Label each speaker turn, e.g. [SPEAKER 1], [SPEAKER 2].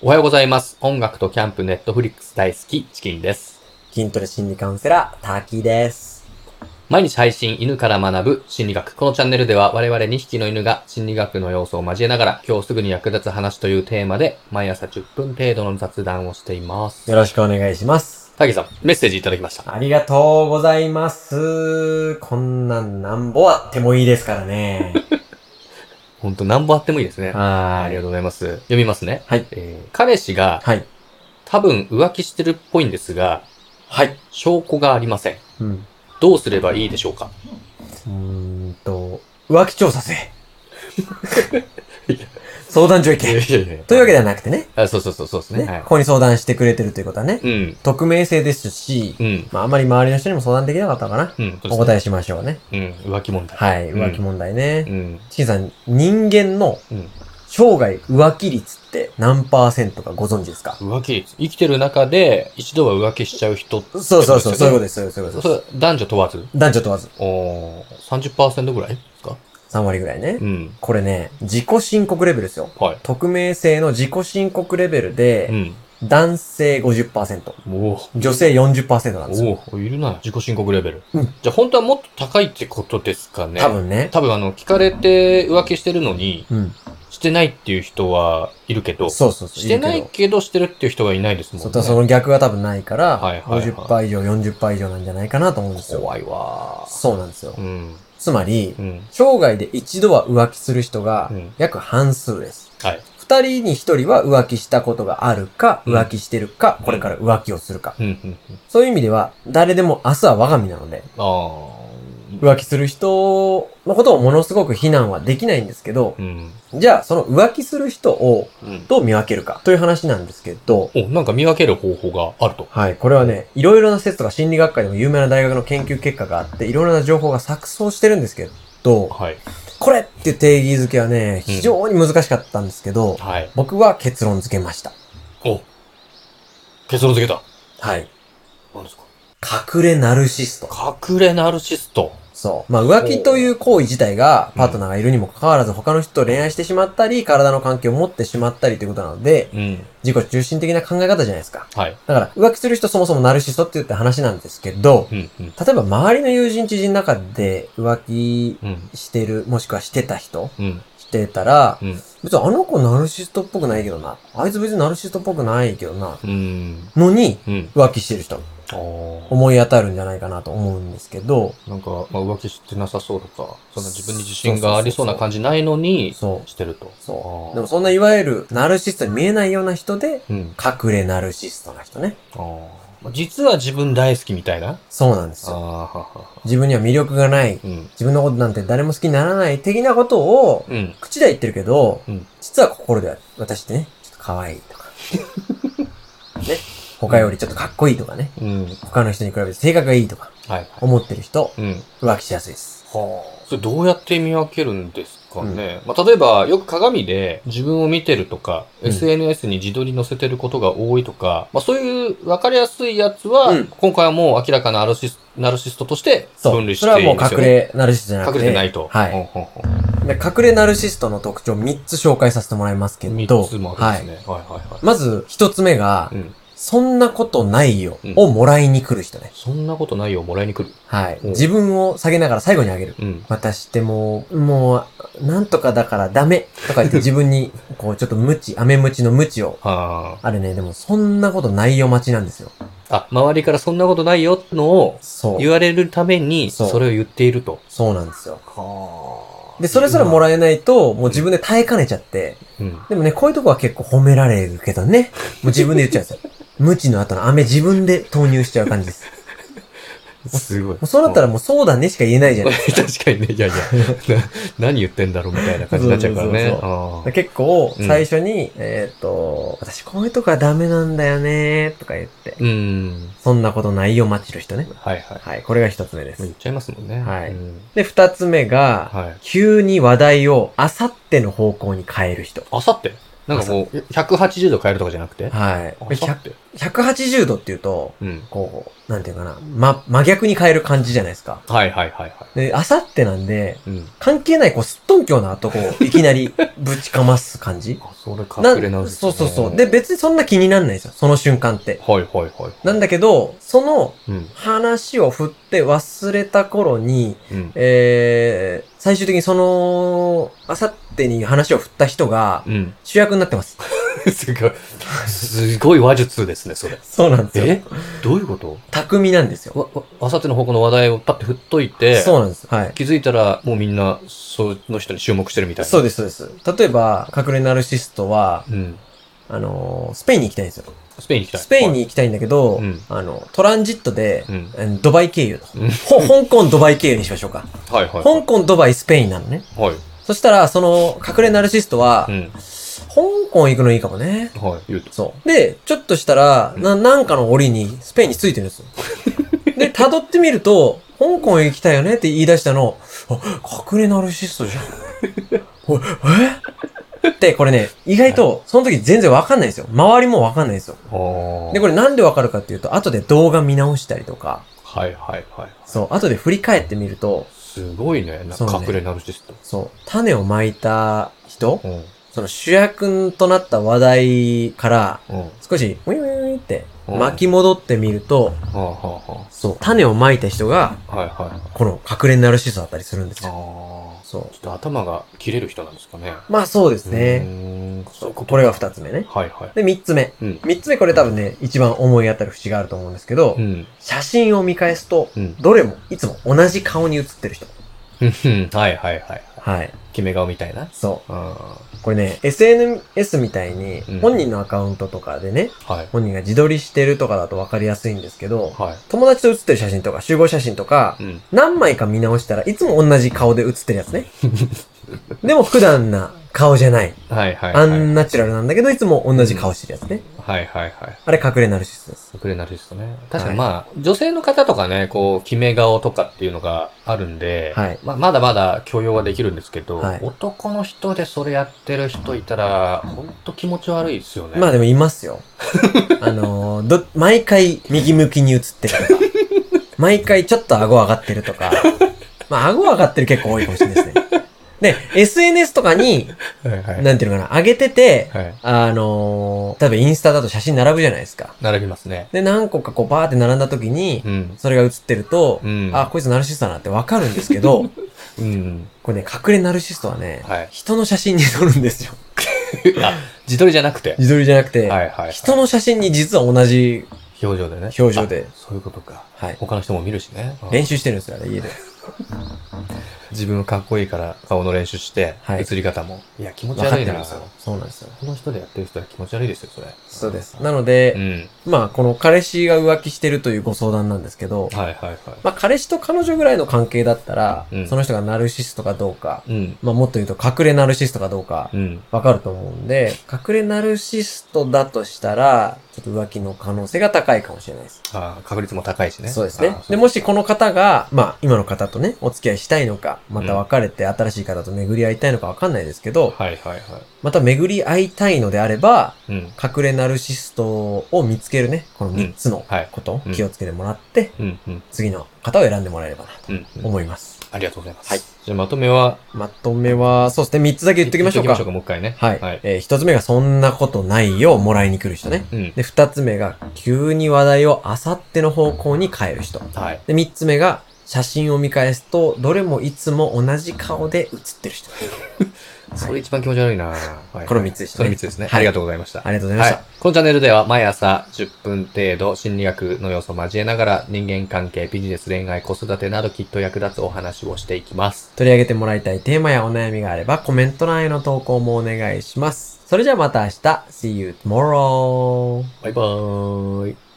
[SPEAKER 1] おはようございます。音楽とキャンプ、ネットフリックス大好き、チキンです。
[SPEAKER 2] 筋トレ心理カウンセラー、ターキーです。
[SPEAKER 1] 毎日配信、犬から学ぶ心理学。このチャンネルでは我々2匹の犬が心理学の要素を交えながら、今日すぐに役立つ話というテーマで、毎朝10分程度の雑談をしています。
[SPEAKER 2] よろしくお願いします。
[SPEAKER 1] タギさん、メッセージいただきました。
[SPEAKER 2] ありがとうございます。こんなんなんぼあってもいいですからね。
[SPEAKER 1] ほんと、何本あってもいいですね。あ
[SPEAKER 2] は
[SPEAKER 1] りが
[SPEAKER 2] ーい。
[SPEAKER 1] とうございます。読みますね。
[SPEAKER 2] はい。
[SPEAKER 1] えー彼氏が
[SPEAKER 2] はい。
[SPEAKER 1] 多分浮気してるっぽいんですが、
[SPEAKER 2] はい。
[SPEAKER 1] 証拠がありません。
[SPEAKER 2] うん。う
[SPEAKER 1] どうすればいいでしょうか
[SPEAKER 2] ーんと、浮気調査せ。相談所行け。 というわけではなくてね。
[SPEAKER 1] あそうそうそう、そうですね。
[SPEAKER 2] ね、
[SPEAKER 1] はい
[SPEAKER 2] ここに相談してくれてるということはね。
[SPEAKER 1] うん。
[SPEAKER 2] 匿名性ですし、
[SPEAKER 1] うん。
[SPEAKER 2] まあ、あんまり周りの人にも相談できなかったのかな。
[SPEAKER 1] うん。
[SPEAKER 2] お答えしましょうね。
[SPEAKER 1] え。うん。浮気問題。
[SPEAKER 2] はい。
[SPEAKER 1] うん
[SPEAKER 2] 浮気問題ね。
[SPEAKER 1] うん。
[SPEAKER 2] チキンさん、人間の
[SPEAKER 1] うん
[SPEAKER 2] 生涯浮気率って何パーセントかご存知ですか
[SPEAKER 1] 浮気率。生きてる中で、一度は浮気しちゃう人ってこと
[SPEAKER 2] そうそうそう、そういうこと
[SPEAKER 1] で
[SPEAKER 2] です、そういうこと
[SPEAKER 1] すよね。
[SPEAKER 2] です。
[SPEAKER 1] それ男女問わず。
[SPEAKER 2] 男女問わず、
[SPEAKER 1] おー、30%ぐらいですか
[SPEAKER 2] 3割ぐらいね
[SPEAKER 1] う。ん。
[SPEAKER 2] これね、自己申告レベルですよ。
[SPEAKER 1] はい。
[SPEAKER 2] 匿名性の自己申告レベル
[SPEAKER 1] う
[SPEAKER 2] で、
[SPEAKER 1] ん。
[SPEAKER 2] 男性50%、
[SPEAKER 1] おー。
[SPEAKER 2] 女性40%なんですよ。
[SPEAKER 1] おー、いるな。自己申告レベル。
[SPEAKER 2] うん
[SPEAKER 1] じゃあ本当はもっと高いってことですかね。
[SPEAKER 2] 多。分ね。
[SPEAKER 1] 多分あの、聞かれて浮気してるのに、
[SPEAKER 2] うん。
[SPEAKER 1] してないっていう人はいるけど、
[SPEAKER 2] そうそうそう。
[SPEAKER 1] してない
[SPEAKER 2] るけ
[SPEAKER 1] けどしてるっていう人はいないですも
[SPEAKER 2] ど
[SPEAKER 1] ん
[SPEAKER 2] そ
[SPEAKER 1] ね。
[SPEAKER 2] うだその逆が多分ないから、
[SPEAKER 1] はいはいはい
[SPEAKER 2] 50%以上、40%以上なんじゃないかなと思うんですよ。
[SPEAKER 1] 怖いわー。
[SPEAKER 2] そうなんですよ
[SPEAKER 1] う。ん。
[SPEAKER 2] つまり
[SPEAKER 1] う、ん。
[SPEAKER 2] 生涯で一度は浮気する人が
[SPEAKER 1] うん
[SPEAKER 2] 約半数です。
[SPEAKER 1] はい。
[SPEAKER 2] 二人に一人は浮気したことがあるか、
[SPEAKER 1] うん
[SPEAKER 2] 浮気してるか、これから浮気をするか。
[SPEAKER 1] うん、うん、うん。
[SPEAKER 2] そういう意味では、誰でも明日は我が身なので、
[SPEAKER 1] あー。
[SPEAKER 2] 浮気する人のことをものすごく非難はできないんですけど、
[SPEAKER 1] うん。
[SPEAKER 2] じゃあその浮気する人を
[SPEAKER 1] うん。
[SPEAKER 2] どう見分けるかという話なんですけど、
[SPEAKER 1] お、なんか見分ける方法があると。
[SPEAKER 2] はい、これはね、いろいろな説とか心理学会でも有名な大学の研究結果があって、いろいろな情報が錯綜してるんですけど、
[SPEAKER 1] はい。
[SPEAKER 2] これっていう定義づけはね、
[SPEAKER 1] うん
[SPEAKER 2] 非常に難しかったんですけど、
[SPEAKER 1] はい。
[SPEAKER 2] 僕は結論付けました。
[SPEAKER 1] お。結論付けた。
[SPEAKER 2] はい。
[SPEAKER 1] 何ですか
[SPEAKER 2] 隠れナルシスト。
[SPEAKER 1] 隠れナルシスト。
[SPEAKER 2] そう。まあ、浮気という行為自体が、パートナーがいるにもかかわらず、他の人と恋愛してしまったり、体の関係を持ってしまったりということなので、
[SPEAKER 1] うん。
[SPEAKER 2] 自己中心的な考え方じゃないですか。
[SPEAKER 1] はい。
[SPEAKER 2] だから、浮気する人そもそもナルシストって言って話なんですけど、
[SPEAKER 1] うん、うん、
[SPEAKER 2] 例えば周りの友人知人の中で浮気
[SPEAKER 1] うん、
[SPEAKER 2] してる、もしくはしてた人、
[SPEAKER 1] うん、
[SPEAKER 2] してたら、
[SPEAKER 1] うん、
[SPEAKER 2] 別にあの子ナルシストっぽくないけどな。あいつ別にナルシストっぽくないけどな。
[SPEAKER 1] うん、
[SPEAKER 2] のに、
[SPEAKER 1] うん。
[SPEAKER 2] 浮気してる人、
[SPEAKER 1] あー
[SPEAKER 2] 思い当たるんじゃないかなと思うんですけど、
[SPEAKER 1] なんか、まあ、浮気してなさそうとか、そんな自分に自信がありそうな感じないのに、
[SPEAKER 2] そう。
[SPEAKER 1] してると。あ
[SPEAKER 2] そ
[SPEAKER 1] ー
[SPEAKER 2] う。でもそんないわゆるナルシストに見えないような人で、
[SPEAKER 1] うん。
[SPEAKER 2] 隠れナルシストな人ね。
[SPEAKER 1] あー実は自分大好きみたいな。
[SPEAKER 2] そうなんです
[SPEAKER 1] あー
[SPEAKER 2] よ。
[SPEAKER 1] ははは。
[SPEAKER 2] 自分には魅力がない。
[SPEAKER 1] うん。
[SPEAKER 2] 自分のことなんて誰も好きにならない的なことを、
[SPEAKER 1] うん。
[SPEAKER 2] 口では言ってるけど、
[SPEAKER 1] うん
[SPEAKER 2] 実は心では、私ってね、ちょっと可愛い とか。ね。他よりちょっとかっこいいとかね。
[SPEAKER 1] うん。
[SPEAKER 2] 他の人に比べて性格がいいとか、
[SPEAKER 1] はい、はい。
[SPEAKER 2] 思ってる人、
[SPEAKER 1] うん。
[SPEAKER 2] 浮気しやすいです。
[SPEAKER 1] はあ、それどうやって見分けるんですかね、まあ、例えば、よく鏡で自分を見てるとか、
[SPEAKER 2] うん
[SPEAKER 1] SNS に自撮り載せてることが多いとか、まあ、そういう分かりやすいやつは、
[SPEAKER 2] うん
[SPEAKER 1] 今回はもう明らかなナルシスナルシストとして
[SPEAKER 2] そ
[SPEAKER 1] 分類
[SPEAKER 2] う。
[SPEAKER 1] して
[SPEAKER 2] そ
[SPEAKER 1] い
[SPEAKER 2] れ
[SPEAKER 1] る
[SPEAKER 2] は
[SPEAKER 1] ん
[SPEAKER 2] も
[SPEAKER 1] です
[SPEAKER 2] う
[SPEAKER 1] よ
[SPEAKER 2] 隠
[SPEAKER 1] ね。
[SPEAKER 2] れナルシストじゃなく
[SPEAKER 1] 隠
[SPEAKER 2] て。
[SPEAKER 1] れてないと。
[SPEAKER 2] はい
[SPEAKER 1] ほんほんほん
[SPEAKER 2] で隠れナルシストの特徴3つ紹介させてもらいますけど。
[SPEAKER 1] 三つもあ
[SPEAKER 2] は
[SPEAKER 1] るん
[SPEAKER 2] い。
[SPEAKER 1] ですね。はい、はい、はいはい
[SPEAKER 2] まず、一つ目が、
[SPEAKER 1] うん
[SPEAKER 2] そんなことないよ
[SPEAKER 1] うん
[SPEAKER 2] をもらいに来る人ね。
[SPEAKER 1] そんなことないよ、もらいに来る。
[SPEAKER 2] はい。
[SPEAKER 1] うん
[SPEAKER 2] 自分を下げながら最後にあげる。
[SPEAKER 1] うん。
[SPEAKER 2] 私ってもう、もう、なんとかだからダメと か言って自分に、こう、ちょっと無知、飴無知の無知を。
[SPEAKER 1] は
[SPEAKER 2] あれね、でも、そんなことないよ待ちなんですよ。
[SPEAKER 1] あ。あ、周りからそんなことないよってのを
[SPEAKER 2] そ
[SPEAKER 1] 言
[SPEAKER 2] う。
[SPEAKER 1] われるために、
[SPEAKER 2] そう
[SPEAKER 1] それを言っていると。
[SPEAKER 2] そうなんですよ。
[SPEAKER 1] は
[SPEAKER 2] で、それすらもらえないと、もう自分で耐えかねちゃって。
[SPEAKER 1] うん。
[SPEAKER 2] でもね、こういうとこは結構褒められるけどね。もう自分で言っちゃうん ですよ。無知の後の飴自分で投入しちゃう感じです。
[SPEAKER 1] すごい
[SPEAKER 2] も。うそうなったらもうそうだねしか言えないじゃないです
[SPEAKER 1] 確かにね、いやい や、な何言ってんだろうみたいな感じになっちゃうからね
[SPEAKER 2] そうそうそう。そう
[SPEAKER 1] あ
[SPEAKER 2] か。結構、
[SPEAKER 1] うん
[SPEAKER 2] 最初に、えーっと、私こういうとこはダメなんだよねとか言って
[SPEAKER 1] ー、うん。
[SPEAKER 2] そんなことないよ待ちる人ね。
[SPEAKER 1] はいはい。も
[SPEAKER 2] はい、これが一つ目で
[SPEAKER 1] う言
[SPEAKER 2] す
[SPEAKER 1] っ。ちゃいますもんね。
[SPEAKER 2] はい
[SPEAKER 1] うん
[SPEAKER 2] で、二つ目が、
[SPEAKER 1] はい。
[SPEAKER 2] 急に話題をあさっての方向に変える人。
[SPEAKER 1] あさってなんかもう、180度変えるとかじゃなくて
[SPEAKER 2] はい。これ
[SPEAKER 1] あさ
[SPEAKER 2] 100
[SPEAKER 1] って
[SPEAKER 2] 180度っていうと、
[SPEAKER 1] うん。
[SPEAKER 2] こう、なんていうかな、ま、真逆に変える感じじゃないですか。
[SPEAKER 1] はいはいはいは
[SPEAKER 2] で、あさってなんで、
[SPEAKER 1] い。うん。
[SPEAKER 2] 関係ない、こう、すっとんきょうな後、こ
[SPEAKER 1] 。
[SPEAKER 2] う、いきなり、ぶちかます感じ
[SPEAKER 1] あ、それ
[SPEAKER 2] な
[SPEAKER 1] 隠れ直し、
[SPEAKER 2] そうそうそう。で、、別にそんな気になんないんですよ。その瞬間って。
[SPEAKER 1] はいはいはい。
[SPEAKER 2] なんだけど、その
[SPEAKER 1] うん。
[SPEAKER 2] 話を振って忘れた頃に、
[SPEAKER 1] うん。
[SPEAKER 2] えー、最終的にその、あさってに話を振った人が、
[SPEAKER 1] うん。
[SPEAKER 2] 主役になってます。
[SPEAKER 1] すごい、すごい話術ですね、それ。
[SPEAKER 2] そうなんですよ。
[SPEAKER 1] えどういうこと
[SPEAKER 2] 巧みなんですよ。
[SPEAKER 1] わ、わ、あさっての方向の話題をパッて振っといて、
[SPEAKER 2] そうなんです。はい。
[SPEAKER 1] 気づいたら、もうみんな、その人に注目してるみたいな。
[SPEAKER 2] そうです、そうです。例えば、隠れナルシストは、
[SPEAKER 1] うん。
[SPEAKER 2] あのースペインに行きたいんですよ。
[SPEAKER 1] スペイン行きたい。
[SPEAKER 2] スペインに行きたいんだけど、
[SPEAKER 1] うん
[SPEAKER 2] あの、トランジットで、
[SPEAKER 1] はい。うん。
[SPEAKER 2] あのドバイ経由と。
[SPEAKER 1] うん
[SPEAKER 2] ほ 香港ドバイ経由にしましょうか。
[SPEAKER 1] はいはい。
[SPEAKER 2] 香港ドバイスペインなのね。
[SPEAKER 1] はい。
[SPEAKER 2] そしたら、その、隠れナルシストは、
[SPEAKER 1] うん。
[SPEAKER 2] 香港行くのいいかもね。
[SPEAKER 1] はい。言うと。
[SPEAKER 2] そう。で、ちょっとしたら、な、なんかの折に、スペインについてるんです よ。で、辿ってみると、香港へ行きたいよねって言い出したの、あ、隠れナルシストじゃん。おえって、これね、意外と、その時全然わかんないんですよ。周りもわかんないんですよ。
[SPEAKER 1] ああ。
[SPEAKER 2] で、これなんでわかるかっていうと、後で動画見直したりとか、
[SPEAKER 1] はいはいはい。
[SPEAKER 2] そう、後で振り返ってみると、
[SPEAKER 1] すごいね。な
[SPEAKER 2] そうね
[SPEAKER 1] 隠れナルシスト。
[SPEAKER 2] そう、種をまいた人、
[SPEAKER 1] うん。
[SPEAKER 2] その主役となった話題から、
[SPEAKER 1] うん。は
[SPEAKER 2] 少し、ウィンウィンウィンって
[SPEAKER 1] うん
[SPEAKER 2] 巻き戻ってみると、
[SPEAKER 1] あは
[SPEAKER 2] そう、種をまいた人が、
[SPEAKER 1] あはあ。はいはい。
[SPEAKER 2] この隠れナルシストだったりするんですよ。
[SPEAKER 1] ああ。
[SPEAKER 2] そう
[SPEAKER 1] ちょ。っと頭が切れる人なんですかね。
[SPEAKER 2] まあそうです
[SPEAKER 1] う
[SPEAKER 2] ね。
[SPEAKER 1] ーん。
[SPEAKER 2] そうこれが二
[SPEAKER 1] つ。
[SPEAKER 2] つ目ね。
[SPEAKER 1] はいはい。
[SPEAKER 2] で、三つ目。
[SPEAKER 1] うん。
[SPEAKER 2] 三つ目これ多分ね、一番思い当たる節があると思うんですけど
[SPEAKER 1] う、ん。
[SPEAKER 2] 写真を見返すと、
[SPEAKER 1] うん。
[SPEAKER 2] どれもいつも同じ顔に写ってる人。
[SPEAKER 1] うん。 はいはいはい。
[SPEAKER 2] はい。
[SPEAKER 1] 決め顔みたいな。
[SPEAKER 2] そ
[SPEAKER 1] うん。は
[SPEAKER 2] う。これね、SNS みたいに
[SPEAKER 1] うん、
[SPEAKER 2] 本人のアカウントとかでね、
[SPEAKER 1] い。
[SPEAKER 2] 本人が自撮りしてるとかだとわかりやすいんですけど、
[SPEAKER 1] は
[SPEAKER 2] 友達と写ってる写真とか集合写真とか
[SPEAKER 1] い。、うん。
[SPEAKER 2] 何枚か見直したらいつも同じ顔で写ってるやつね。でも普段な顔じゃない。
[SPEAKER 1] はいはいは
[SPEAKER 2] ア
[SPEAKER 1] い。
[SPEAKER 2] ンナチュラルなんだけどいつも同じ顔してるやつね。
[SPEAKER 1] はいはいはい。
[SPEAKER 2] あれ隠れナルシストです。
[SPEAKER 1] 隠れナルシストね。確かにまあ、女性の方とかね、こう、決め顔とかっていうのがあるんで、
[SPEAKER 2] はい
[SPEAKER 1] まあ、まだまだ許容はできるんですけど、
[SPEAKER 2] はい
[SPEAKER 1] 男の人でそれやってる人いたら、ほんと気持ち悪いですよね。
[SPEAKER 2] まあでもいま すよ。あのーど、毎回右向きに写ってるとか、毎回ちょっと顎上がってるとか、まあ顎上がってる結構多いかもしれないですね。で、SNS とかに、
[SPEAKER 1] はいはい。
[SPEAKER 2] なんていうのかな、上げてて、
[SPEAKER 1] はい。
[SPEAKER 2] あのー、例えばインスタだと写真並ぶじゃないですか。
[SPEAKER 1] 並びますね。
[SPEAKER 2] で、何個かこうバーって並んだ時に
[SPEAKER 1] う、ん。
[SPEAKER 2] それが映ってると、
[SPEAKER 1] うん。
[SPEAKER 2] あ、、こいつナルシストだなってわかるんですけ ど、
[SPEAKER 1] うん。
[SPEAKER 2] これね、隠れナルシストはね、
[SPEAKER 1] はい
[SPEAKER 2] 人の写真に撮るんですよ。
[SPEAKER 1] あ、自撮りじゃなくて。
[SPEAKER 2] 自撮りじゃなくて、
[SPEAKER 1] はいはい。
[SPEAKER 2] 人の写真に実は同じ、
[SPEAKER 1] 表情でね。
[SPEAKER 2] 表情で
[SPEAKER 1] あそういうことか。
[SPEAKER 2] はい、
[SPEAKER 1] 他の人も見るしね。うん
[SPEAKER 2] 練習してるんですよ、あれ、家で。
[SPEAKER 1] 自分かっこいいから顔の練習して、
[SPEAKER 2] はい
[SPEAKER 1] 映り方も。いや、気持ち
[SPEAKER 2] わかっ
[SPEAKER 1] 悪い
[SPEAKER 2] てるん
[SPEAKER 1] な。
[SPEAKER 2] ですよ。そうなんですよ。
[SPEAKER 1] この人でやってる人は気持ち悪いですよ、それ。
[SPEAKER 2] そうです。なので
[SPEAKER 1] う、ん。
[SPEAKER 2] まあ、この彼氏が浮気してるというご相談なんですけど、
[SPEAKER 1] はいはいはい。
[SPEAKER 2] まあ、彼氏と彼女ぐらいの関係だったら、
[SPEAKER 1] うん
[SPEAKER 2] その人がナルシストかどうか、
[SPEAKER 1] うん。
[SPEAKER 2] まあ、もっと言うと隠れナルシストかどうか、
[SPEAKER 1] うん。
[SPEAKER 2] わかると思うんで、隠れナルシストだとしたら、ちょっと浮気の可能性が高いかもしれないです。
[SPEAKER 1] ああ、確率も高いしね。
[SPEAKER 2] そうですね
[SPEAKER 1] ああ。
[SPEAKER 2] で、もしこの方が、まあ、今の方とね、お付き合いしたいのか、また別れて新しい方と巡り合いたいのかわかんないですけど、
[SPEAKER 1] はいはいは
[SPEAKER 2] また巡り合いたいのであれば、
[SPEAKER 1] い。うん。
[SPEAKER 2] 隠れナルシストを見つけるね、この3つの
[SPEAKER 1] はい。
[SPEAKER 2] こと、
[SPEAKER 1] うん
[SPEAKER 2] 気をつけてもらって、
[SPEAKER 1] うんうん。
[SPEAKER 2] 次の方を選んでもらえればな
[SPEAKER 1] う
[SPEAKER 2] と
[SPEAKER 1] ん、うん。
[SPEAKER 2] 思います。
[SPEAKER 1] ありがとうございます。
[SPEAKER 2] はい。
[SPEAKER 1] じゃあまとめは、
[SPEAKER 2] まとめは、そうですね、3つだけ言っておきましょう
[SPEAKER 1] 言
[SPEAKER 2] か
[SPEAKER 1] っ。もう一回ね。
[SPEAKER 2] はい。
[SPEAKER 1] はい。
[SPEAKER 2] えー、1つ目がそんなことないよ、もらいに来る人ね。
[SPEAKER 1] うん。
[SPEAKER 2] で、2つ目が急に話題をあさっての方向に変える人。
[SPEAKER 1] はい。
[SPEAKER 2] で、三つ目が、写真を見返すと、どれもいつも同じ顔で写って る人。
[SPEAKER 1] それ一番気持ち悪いなはい。
[SPEAKER 2] この三つでしたね
[SPEAKER 1] この三つですね。
[SPEAKER 2] は
[SPEAKER 1] あ
[SPEAKER 2] い
[SPEAKER 1] りがとうございました。
[SPEAKER 2] ありがとうございました。
[SPEAKER 1] はい。このチャンネルでは毎朝10分程度心理学の要素を交えながら人間関係、ビジネス、恋愛、子育てなどきっと役立つお話をしていきます。
[SPEAKER 2] 取り上げてもらいたいテーマやお悩みがあれば、コメント欄への投稿もお願いします。それじゃあまた明日。See you tomorrow!
[SPEAKER 1] バイバーイ。